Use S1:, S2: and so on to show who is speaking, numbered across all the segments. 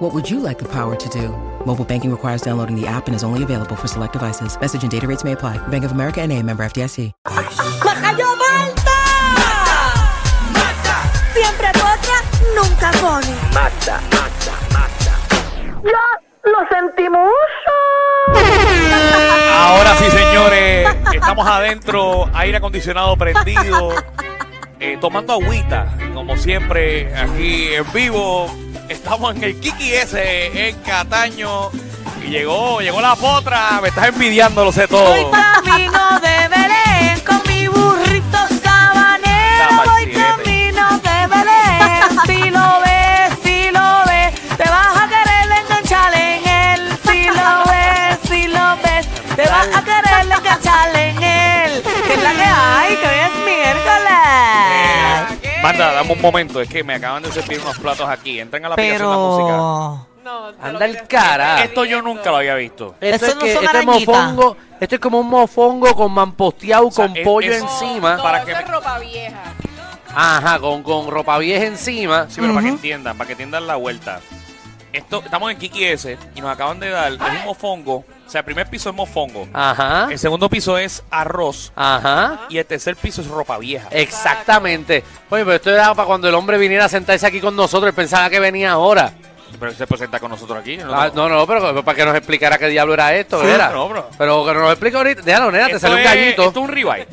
S1: What would you like the power to do? Mobile banking requires downloading the app and is only available for select devices. Message and data rates may apply. Bank of America and a member FDIC.
S2: ¡Macayo Malta! ¡Mata! ¡Mata! Siempre potra, nunca pone. ¡Mata! ¡Mata! ¡Mata! ¡Ya lo sentimos!
S3: Ahora
S2: ¡Eh!
S3: sí, señores, estamos adentro, aire acondicionado prendido, eh, tomando agüita, como siempre, aquí en vivo. Estamos en el Kiki S, en Cataño, y llegó, llegó la potra, me estás envidiando, lo sé todo.
S2: Camino de Belén con mi burrito sabanero.
S3: Dama
S2: Voy
S3: al siete.
S2: camino de Belén. Si lo ves, si lo ves, te vas a querer enganchar en él. Si lo ves, si lo ves, te vas a querer enganchar en él. Que es la que hay, que hoy es miércoles.
S3: Eh, Manda, dame un momento, es que me acaban de servir unos platos aquí, entren a la aplicación de la música.
S2: Pero. Ah.
S4: Anda el cara.
S3: Esto yo nunca lo había visto.
S4: Esto
S2: Eso
S4: es,
S2: no
S4: que,
S2: son
S4: esto es
S2: arañitas.
S4: mofongo, esto es como un mofongo con mamposteado,
S3: sea,
S4: con
S3: es-
S4: pollo
S3: es-
S4: encima.
S3: No, para que me-
S5: ropa vieja.
S4: Ajá, con, con ropa vieja encima.
S3: Sí, pero para que entiendan, para que entiendan la vuelta. Esto, estamos en Kiki S y nos acaban de dar, es un mofongo, o sea, el primer piso es mofongo.
S4: Ajá.
S3: El segundo piso es arroz
S4: Ajá.
S3: y el tercer piso es ropa vieja.
S4: Eh, Exactamente. Oye, pero esto era para cuando el hombre viniera a sentarse aquí con nosotros y pensaba que venía ahora.
S3: Pero se presenta con nosotros aquí. yo
S4: Ah, No, no, pero para que nos explicara qué diablo era esto,
S3: Sí,
S4: era.
S3: no, bro.
S4: Pero que nos lo explique ahorita. Déjalo, nena, te
S3: Esto
S4: salió un
S3: es-
S4: gallito.
S3: Esto es un ribeye.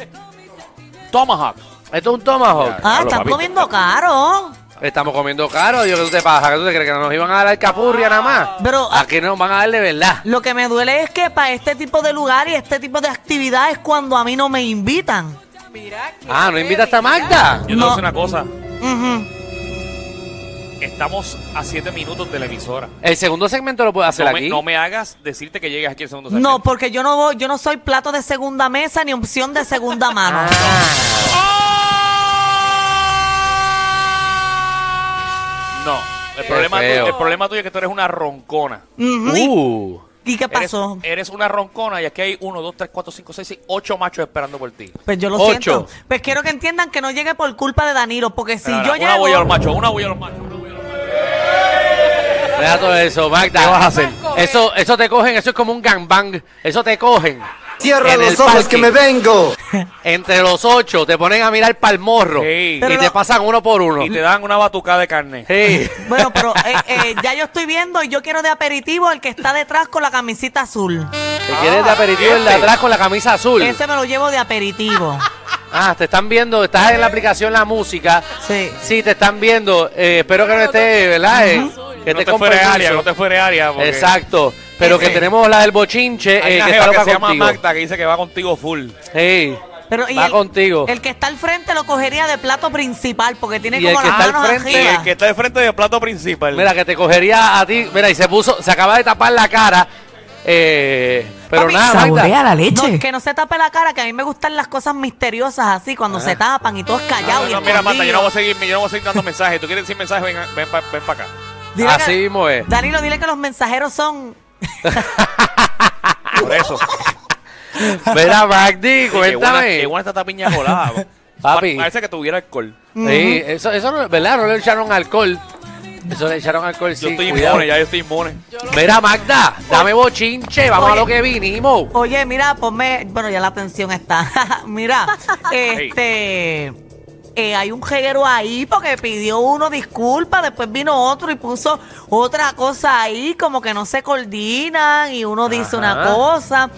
S3: Tomahawk.
S4: Esto es un tomahawk.
S2: Ah,
S3: Diablo,
S2: están
S3: papi.
S2: comiendo caro.
S4: Estamos comiendo caro, yo que tú te pasa, que tú te crees que nos iban a dar alcapurria nada más.
S2: Pero-
S3: Ah.
S2: ah,
S4: aquí nos van a dar de verdad.
S2: Lo que me duele es que para este tipo de lugar y este tipo de actividades cuando a mí no me invitan.
S5: Mira que
S4: Ah, ¿no invitaste a Magda?
S3: Yo te voy
S2: No.
S3: a decir una cosa.
S2: Ujú.
S3: Estamos a 7 minutos de la emisora.
S4: El segundo segmento lo puedes hacer
S3: No me,
S4: aquí.
S3: no me hagas decirte que llegues aquí el segundo
S2: No,
S3: segmento.
S2: porque yo no voy- yo no soy plato de segunda mesa ni opción de segunda mano.
S3: Ah. No. El problema, tuyo,
S4: feo.
S3: el problema tuyo es que tú eres una roncona.
S2: Ujú. ¿Y-
S4: Uh,
S2: ¿Y qué
S3: Eres,
S2: pasó?
S3: eres una roncona y aquí hay 1, 2, 3, 4, 5, 6, 8 machos esperando por ti.
S2: Pues yo lo
S4: Ocho.
S2: siento. Pues quiero que entiendan que no llegue por culpa de Danilo, porque si
S3: Espera,
S2: yo
S3: espera, una voy a los
S2: llego...
S3: machos, una voy a los machos. una bulla a los machos.
S4: deja todo eso, Magda.
S3: ¿Qué vas a hacer?
S4: Eso,
S2: eh.
S4: eso te cogen, eso es como un gangbang. Eso te cogen.
S6: Cierra
S4: En el
S6: los ojos
S4: parque.
S6: que me vengo.
S4: Entre los ocho te ponen a mirar pa'l morro.
S3: Sí.
S4: Y
S2: Pero
S4: te
S2: no-
S4: pasan uno por uno.
S3: Y te dan una batucada de carne.
S4: Sí.
S2: Bueno, pero eh, eh, ya yo estoy viendo y yo quiero de aperitivo el que está detrás con la camisita azul.
S4: Te quieres de aperitivo en la
S3: Ah,
S4: atrás con la camisa azul.
S2: Ese me lo llevo de aperitivo.
S4: Ah, te están viendo, estás en la aplicación La Música.
S2: Sí.
S4: Sí, te están viendo. eh, espero que no esté, ¿verdad? Eh, que
S3: no te,
S4: compre
S3: fueres
S4: el
S3: área,
S4: uso.
S3: no te fueres área. porque
S4: Exacto. Pero que
S3: Ese.
S4: tenemos la del bochinche,
S3: Hay
S4: eh,
S3: una jeva
S4: que está
S3: que
S4: loca
S3: se llama
S4: contigo.
S3: Magda que dice que va contigo full.
S4: Sí.
S2: Pero,
S4: Va contigo.
S2: El que está al frente lo cogería de plato principal porque tiene
S4: Y
S2: como
S4: el que
S2: las
S4: está al
S2: manos
S4: frente,
S2: arriba.
S3: El que está de frente del plato principal.
S4: Mira, que te cogería a ti. Mira, y se puso, se acaba de tapar la cara. eh, pero
S2: Papi,
S4: nada, Magda.
S7: la
S2: No, que no se tape la cara, que a mí me gustan las cosas misteriosas así, cuando se tapan y todos
S3: No,
S2: callados.
S3: Ah. no,
S2: y
S3: no, mira, Marta, yo no voy a
S2: escondidos.
S3: seguir, yo no voy a seguir dando mensajes. ¿Tú quieres decir mensajes? Ven, ven, pa- ven para acá.
S2: Dile
S4: Así
S2: que-
S4: mismo es.
S2: Danilo, dile que los mensajeros son.
S3: Por eso.
S4: Mira, Magdi,
S3: Qué buena,
S4: cuéntame.
S3: qué buena está esta piña colada. bro.
S4: Papi.
S3: Pa- Parece que tuviera alcohol.
S4: Sí, eso, eso no, ¿verdad? No le echaron alcohol. Eso le echaron alcohol,
S3: Yo
S4: sí.
S3: estoy
S4: cuidado.
S3: inmune, ya yo estoy inmune.
S4: Mira, Magda, dame bochinche. Vamos
S2: Oye.
S4: a lo que vinimos.
S2: Oye, mira, ponme. Bueno, ya la atención está. mira, este. eh, hay un jeguero ahí porque pidió uno disculpa, después vino otro y puso otra cosa ahí, como que no se coordinan y uno dice una
S4: Ajá.
S2: cosa.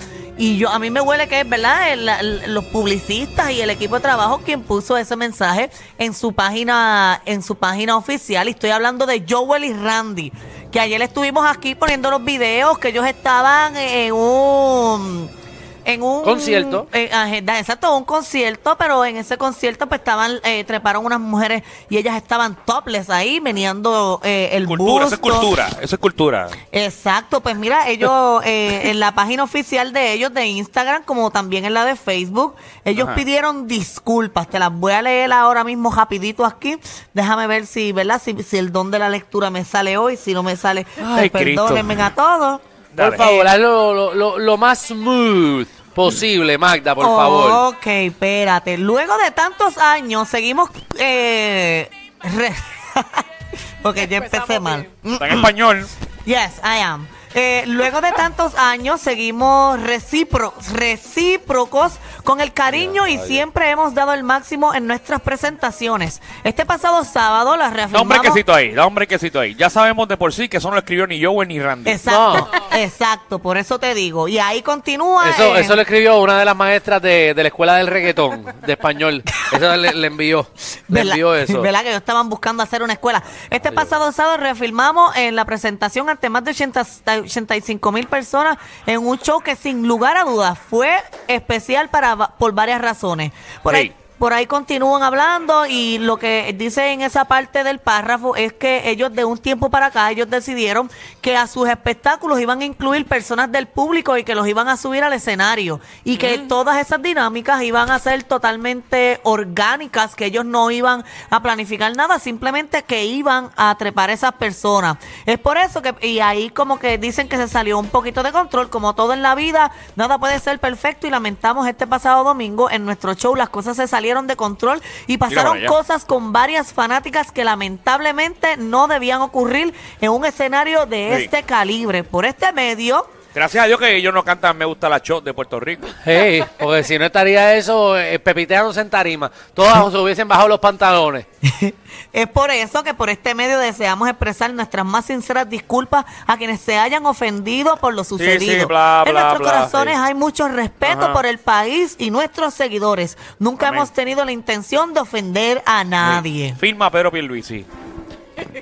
S2: Y yo, a mí me huele que es, ¿verdad? El- el- los publicistas y el equipo de trabajo quien puso ese mensaje en su página, en su página oficial. Y estoy hablando de Joel y Randy, que ayer estuvimos aquí poniendo los videos que ellos estaban en un en un
S4: Concierto.
S2: en- ajá, exacto, un concierto, pero en ese concierto pues estaban, eh, treparon unas mujeres y ellas estaban topless ahí, meneando eh, el
S3: Cultura,
S2: busto.
S3: eso es cultura, eso es cultura.
S2: Exacto, pues mira, ellos eh, en la página oficial de ellos de Instagram, como también en la de Facebook, ellos
S4: Ajá.
S2: pidieron disculpas. Te las voy a leer ahora mismo rapidito aquí. Déjame ver si, ¿verdad? Si, si el don de la lectura me sale hoy, si no me sale,
S4: Ay,
S2: pues
S4: Cristo.
S2: perdónenme a todos.
S3: Dale.
S4: Por favor, hazlo lo, lo- lo más smooth posible, Magda,
S2: Oh,
S4: por favor.
S2: Ok, espérate. Luego de tantos años, seguimos. Eh, re- Porque ya empecé mal.
S3: Está en español.
S2: Pues Yes, I am. Eh, luego de tantos años seguimos recípro- recíprocos con el cariño y siempre hemos dado el máximo en nuestras presentaciones. Este pasado sábado la
S3: Da un
S2: reafirmamos.
S3: brequecito ahí, da un brequecito ahí. Ya sabemos de por sí que eso no lo escribió ni Joel ni Randy.
S2: Exacto, exacto, por eso te digo. Y ahí continúa.
S4: Eso,
S2: eh,
S4: eso lo escribió una de las maestras de, de la escuela del reggaetón de español. Eso le, le envió. Le
S2: ¿Verdad?
S4: envió eso.
S2: ¿Verdad que ellos estaban buscando hacer una escuela? Este pasado sábado reafirmamos en la presentación ante más de 80 85 mil personas en un show que sin lugar a dudas fue especial para va- por varias razones. Por ahí,
S3: Sí.
S2: por ahí continúan hablando y lo que dice en esa parte del párrafo es que ellos de un tiempo para acá ellos decidieron que a sus espectáculos iban a incluir personas del público y que los iban a subir al escenario y que todas esas dinámicas iban a ser totalmente orgánicas, que ellos no iban a planificar nada, simplemente que iban a trepar a esas personas. Es por eso que y ahí como que dicen que se salió un poquito de control, como todo en la vida, nada puede ser perfecto y lamentamos este pasado domingo en nuestro show las cosas se salieron de control y pasaron
S3: allá.
S2: cosas con varias fanáticas que lamentablemente no debían ocurrir en un escenario de
S3: Sí.
S2: este calibre. Por este medio,
S3: Gracias a Dios que ellos no cantan Me gusta la shot de Puerto Rico.
S4: Hey, porque si no estaría eso, eh, pepiteándose en tarima. Todos se hubiesen bajado los pantalones.
S2: Es por eso que por este medio deseamos expresar nuestras más sinceras disculpas a quienes se hayan ofendido por lo sucedido.
S3: sí, bla,
S2: en
S3: bla,
S2: nuestros
S3: bla,
S2: corazones
S3: sí.
S2: hay mucho respeto
S3: Ajá.
S2: por el país y nuestros seguidores. Nunca
S3: Amén.
S2: hemos tenido la intención de ofender a nadie.
S3: Firma Pedro Pierluisi.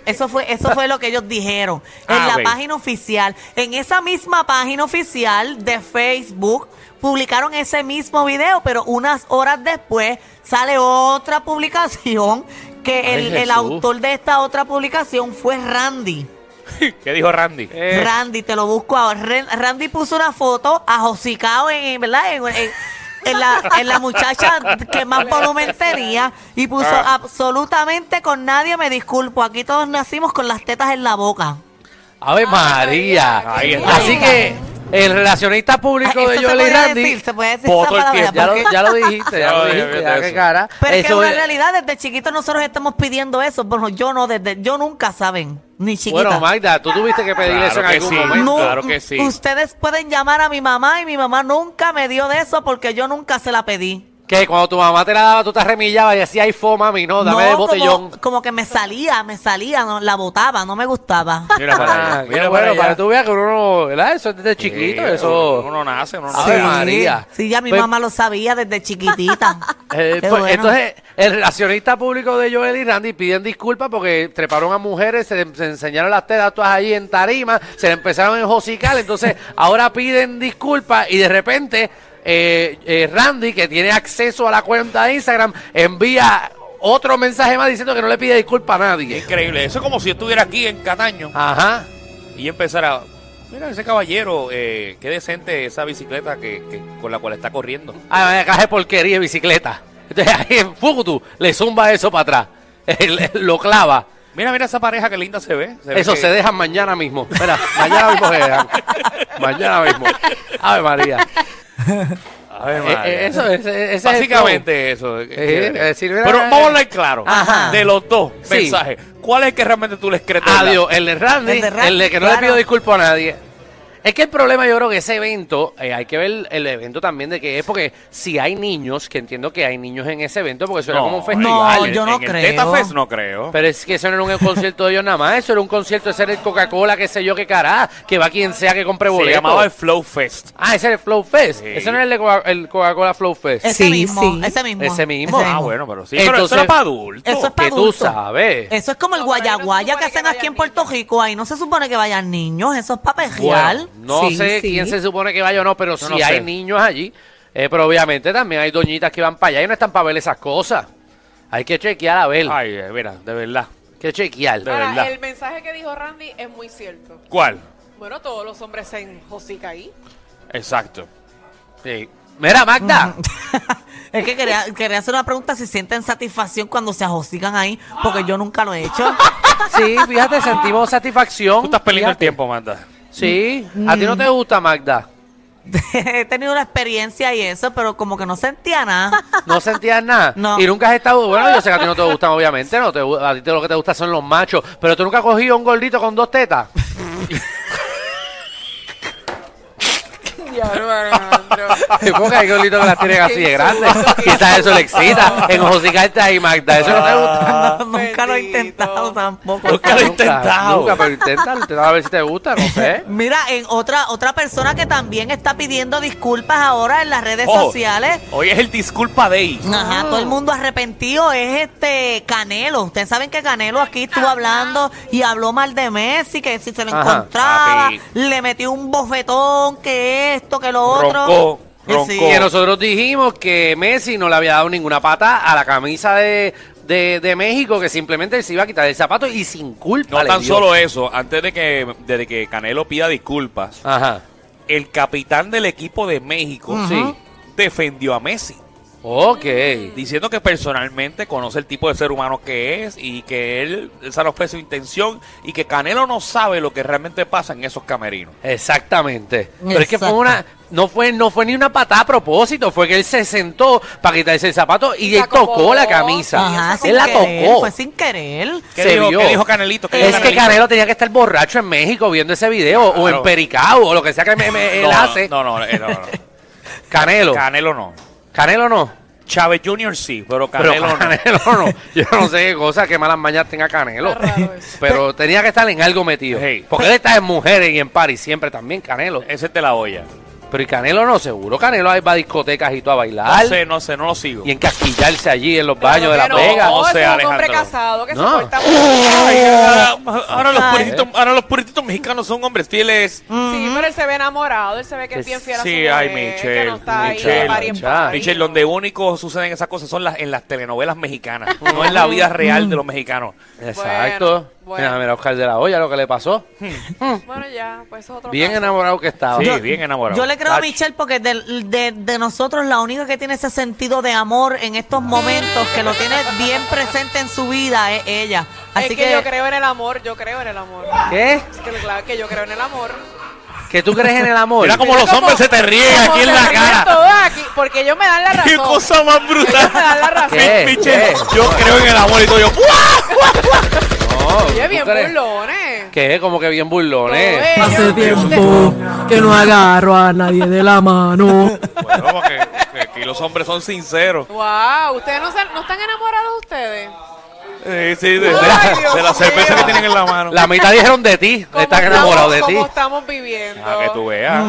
S2: Eso fue, eso fue lo que ellos dijeron en
S3: Ah,
S2: la
S3: ok.
S2: página oficial. En esa misma página oficial de Facebook publicaron ese mismo video, pero unas horas después sale otra publicación que
S4: Ay,
S2: el, el
S4: Jesús.
S2: autor de esta otra publicación fue Randy.
S3: ¿Qué dijo Randy?
S4: Eh,
S2: Randy, te lo busco ahora. Ren- Randy puso una foto a Josicao en, ¿verdad? En, en- en la, en la muchacha que más volumen tenía y puso
S3: Ah.
S2: absolutamente con nadie me disculpo. Aquí todos nacimos con las tetas en la boca.
S4: Ave María.
S3: Ahí está.
S4: Así que el relacionista público
S2: Eso
S4: de
S2: se
S4: Joel y
S2: puede
S4: Randy.
S2: decir, se puede decir
S3: Voto
S2: esa
S3: el
S2: palabra,
S3: tiempo.
S4: Ya lo,
S2: porque-
S4: ya lo dijiste, ya
S3: Ya
S4: lo
S3: lo
S4: dijiste,
S3: dije,
S4: ya
S3: eso.
S4: qué cara.
S2: Pero es que es
S4: Eso
S2: una
S4: es-
S2: realidad, desde chiquitos nosotros estamos pidiendo eso. Bueno, yo no, desde yo nunca saben, ni chiquita.
S4: Bueno, Magda, tú tuviste que pedir eso en
S3: Claro que
S4: algún
S3: sí.
S4: momento.
S2: No,
S3: pues, claro que sí.
S2: Ustedes pueden llamar a mi mamá y mi mamá nunca me dio de eso porque yo nunca se la pedí.
S4: Que cuando tu mamá te la daba, tú te remillabas y así hay fo, mami, no, dame de
S2: como-
S4: botellón.
S2: Como, que me salía, me salía, no, la botaba, no me gustaba.
S3: Mira para
S4: Ah,
S3: allá.
S4: qué
S3: Mira para
S4: bueno,
S3: allá.
S4: para que tú veas que uno, ¿verdad? Eso es
S3: Sí,
S4: desde chiquito, eso.
S3: Eh, Uno, uno nace, uno
S4: Ave
S3: nace.
S4: María.
S2: Sí, ya mi
S4: Pues-
S2: mamá lo sabía desde chiquitita.
S4: Eh,
S2: Qué
S4: pues,
S2: bueno.
S4: Entonces, el relacionista público de Joel y Randy piden disculpas porque treparon a mujeres, se, le- se enseñaron las tetas todas ahí en tarima, se le empezaron a enjocicar, entonces ahora piden disculpas y de repente eh, eh, Randy, que tiene acceso a la cuenta de Instagram, envía otro mensaje más diciendo que no le pide disculpas a nadie.
S3: Increíble. Eso es como si yo estuviera aquí en Cataño
S4: Ajá.
S3: y yo empezara. Mira ese caballero, eh, qué decente esa bicicleta que, que- con la cual está corriendo.
S4: Ah, vaya caja de porquería de bicicleta. Entonces ahí en Fukutu le zumba eso para atrás. Él- él lo clava.
S3: Mira, mira esa pareja que linda se ve. ve
S4: Eso
S3: que-
S4: se dejan mañana mismo. Espera, mañana mismo se dejan. Mañana mismo. Ave María.
S3: Ave
S4: Eh,
S3: María.
S4: eh, eso es. ese es el
S3: Básicamente eso. eh,
S4: Eh,
S3: eh,
S4: eh, sí, mira,
S3: Pero
S4: eh,
S3: vamos a hablar claro.
S4: Ajá.
S3: De los dos
S4: Sí.
S3: mensajes. ¿Cuál este es el que realmente tú les crees? de
S4: flow.
S3: verdad?
S4: Adiós. El de Randy,
S2: El
S4: el
S2: de
S4: de
S2: Randy,
S4: que no
S2: claro.
S4: le pido disculpas a nadie. Es que el problema, yo creo que ese evento, eh, hay que ver el evento también de que es, porque si hay niños, que entiendo que hay niños en ese evento, porque eso era como un festival.
S2: No, yo no
S3: en el
S2: creo.
S3: Teta Fest no creo.
S4: Pero es que eso no era un concierto de ellos nada más, eso era un concierto, ese era el Coca-Cola, qué sé yo, qué cará, que va quien sea que compre
S3: se
S4: boleto.
S3: llamaba el Flow Fest.
S4: Ah, ese era el Flow Fest.
S3: Sí.
S4: Ese no era el de Coca- el Coca-Cola Flow Fest.
S2: Ese
S5: Sí,
S2: mismo,
S5: sí.
S2: ese mismo.
S4: Ese mismo.
S3: Ah,
S4: Tengo.
S3: bueno, pero sí. pero eso
S4: Entonces-
S3: era para adultos.
S2: Eso es pa'
S4: que tú
S2: adultos.
S4: sabes.
S2: Eso es como el
S5: No, pero ahí no se
S2: guayaguaya que
S5: supone que
S2: hacen aquí
S5: vayan
S2: en Puerto
S5: niños.
S2: Rico. Ahí no se supone que vayan niños, eso es para
S4: Bueno,
S2: pejear. ¿verdad?
S4: No
S2: Sí,
S4: sé
S2: sí.
S4: quién se supone que vaya o no, pero sí
S3: no
S4: hay
S3: sé.
S4: niños allí. Eh, pero obviamente también hay doñitas que van para allá y no están para ver esas cosas. Hay que chequear a ver. Hay
S3: Ay, eh, mira, de verdad.
S4: que chequear.
S6: Ahora,
S3: verdad.
S6: el mensaje que dijo Randy es muy cierto.
S3: ¿Cuál?
S6: Bueno, todos los hombres se enjosican ahí.
S3: Exacto.
S4: Sí. Mira, Magda.
S2: Mm. Es que quería, quería hacer una pregunta si sienten satisfacción cuando se ajosican ahí, porque yo nunca lo he hecho.
S4: Sí, fíjate, sentimos satisfacción.
S3: Tú estás perdiendo el
S4: Fíjate.
S3: tiempo, Manda.
S4: Sí. ¿A ti no te gusta, Magda?
S2: he tenido una experiencia y eso, pero como que no sentía nada.
S4: No sentías nada.
S2: No.
S4: Y nunca has estado. Bueno, yo sé que a ti no te gustan, obviamente. no te, gu- A ti te- lo que te gusta son los machos. Pero tú nunca has cogido un gordito con dos tetas. Es porque hay gorditos que las tienen así de grandes. Quizás eso le excita. En Josicarte ahí, Magda. Eso no te gusta.
S2: nunca lo he
S6: bendito.
S2: intentado tampoco.
S3: Ah. Nunca lo he intentado.
S4: Nunca, pero inténtalo. Inténtalo a ver si te gusta, no sé.
S2: Mira, en otra otra persona que también está pidiendo disculpas ahora en las redes
S3: Ojo,
S2: sociales.
S3: Hoy es el disculpa day.
S2: Ajá, todo el mundo arrepentido es este Canelo. Ustedes saben que Canelo aquí estuvo hablando y habló mal de Messi, que si se lo
S4: Ajá,
S2: encontraba,
S3: papi.
S2: le metió un bofetón, que esto, que lo otro.
S3: Roncó,
S2: Sí,
S3: roncó.
S2: sí.
S4: Que nosotros dijimos que Messi no le había dado ninguna pata a la camisa de, de, de México, que simplemente él se iba a quitar el zapato y sin culpa.
S3: No
S4: le
S3: tan
S4: dio.
S3: solo eso, antes de que, desde que Canelo pida disculpas,
S4: Ajá.
S3: el capitán del equipo de México
S4: Sí.
S3: defendió a Messi,
S4: Ok.
S3: diciendo que personalmente conoce el tipo de ser humano que es y que él, esa no fue su intención y que Canelo no sabe lo que realmente pasa en esos camerinos.
S4: Exactamente. Pero es que fue
S2: Exacto.
S4: una. No fue, no fue ni una patada a propósito, fue que él se sentó para quitarse el zapato y,
S6: Y
S4: él
S6: la
S4: tocó
S6: acomodó.
S4: la camisa.
S2: Ajá, sin
S4: él la
S2: querer,
S4: tocó.
S2: Fue sin querer.
S3: ¿Qué,
S4: Se
S3: dijo,
S4: vio.
S3: qué dijo Canelito? ¿Qué dijo
S4: Es que
S3: Canelito?
S4: Canelo tenía que estar borracho en México viendo ese video, o
S3: Claro.
S4: en Pericao, o lo que sea que me- me- él
S3: No,
S4: hace.
S3: No, no, no, no, no.
S4: Canelo.
S3: Canelo no.
S4: Canelo no.
S3: Chávez Jr. sí, pero
S4: Pero
S3: Canelo no.
S4: Canelo no. Yo no sé qué cosa, qué malas mañas tenga Canelo.
S6: Está raro eso.
S4: Pero tenía que estar en algo metido.
S3: Hey.
S4: Porque él está en mujeres y en paris siempre también, Canelo.
S3: Ese es de la olla.
S4: Pero y Canelo no, seguro. Canelo ahí va a discotecas y todo a
S3: No
S4: bailar.
S3: sé, no sé, no lo sigo.
S4: Y encasquillarse allí en los baños de Las
S6: Pero
S3: no.
S4: Vegas.
S6: No,
S3: o
S6: ese
S3: sea,
S6: es un hombre
S3: Alejandro.
S6: casado que
S4: No.
S6: se porta muy
S3: Ay,
S6: bien.
S3: ahora,
S4: eh.
S3: ahora los
S2: Ay.
S3: purititos, ahora los purititos mexicanos son hombres fieles.
S6: Sí, pero él se ve enamorado, él se ve que es bien fiel a su
S3: Mm-hmm. Sí,
S6: mujer,
S3: ay,
S6: que
S3: Michelle.
S6: no está ahí de
S3: Michelle,
S6: pari en
S4: Michelle.
S6: pari.
S3: Michelle, donde único suceden esas cosas son las, en las telenovelas mexicanas, no en la vida real de los mexicanos.
S4: Exacto.
S6: Bueno, bueno.
S4: Mira, mira, Oscar de la Hoya, lo que le pasó.
S6: Bueno, ya, pues eso es otro
S4: Bien
S6: caso.
S4: enamorado que estaba.
S3: Sí, bien enamorado.
S2: Yo le creo a
S3: Ach,
S2: Michelle porque de, de- de nosotros la única que tiene ese sentido de amor en estos momentos, que lo tiene bien presente en su vida, es ella. Así
S6: es que, yo creo en el amor, yo creo en el amor.
S4: ¿Qué?
S6: Es que claro que yo creo en el amor.
S4: ¿Que tú crees en el amor?
S3: Mira cómo
S6: Mira
S3: los hombres se te ríen
S6: cómo
S3: aquí en
S6: se
S3: la
S6: ríen
S3: cara.
S6: todos aquí, porque ellos me dan la razón.
S3: ¡Qué cosa más
S6: Ellos me dan
S3: brutal!
S6: la razón.
S4: ¿Qué?
S3: Michelle,
S4: ¿Qué?
S3: yo creo en el amor y todo yo. ¡guau!
S4: No,
S6: Oye,
S4: ¿tú
S6: bien
S4: crees?
S6: burlones.
S4: ¿Qué? Como que bien ¿eh? burlones.
S6: Todos
S1: Hace
S6: ellos.
S1: tiempo que no agarro a nadie de la mano.
S3: Bueno, porque que aquí los hombres son sinceros.
S6: Wow, ustedes no, se- no están enamorados ustedes.
S3: Sí, sí, de, de
S6: Ay,
S3: la-
S6: Dios
S3: de la cerveza
S6: mío.
S3: que tienen en la mano.
S4: La mitad dijeron de ti.
S6: ¿Cómo
S4: Están
S6: estamos-
S4: enamorados de ti.
S6: ¿Cómo estamos viviendo?
S3: Ah, que tú veas.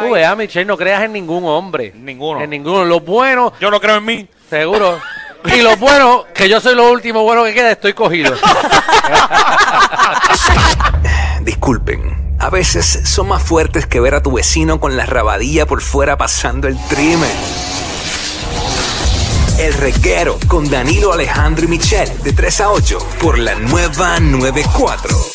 S4: Tú veas, Michelle, no creas en ningún hombre.
S3: Ninguno.
S4: En ninguno. Los buenos,
S3: Yo no creo en mí.
S4: seguro. Y los buenos, que yo soy lo último bueno que queda, estoy cogido.
S8: Disculpen, a veces son más fuertes que ver a tu vecino con la rabadilla por fuera pasando el trimen. El reguero con Danilo Alejandro y Michel de 3 a 8 por la nueva 94.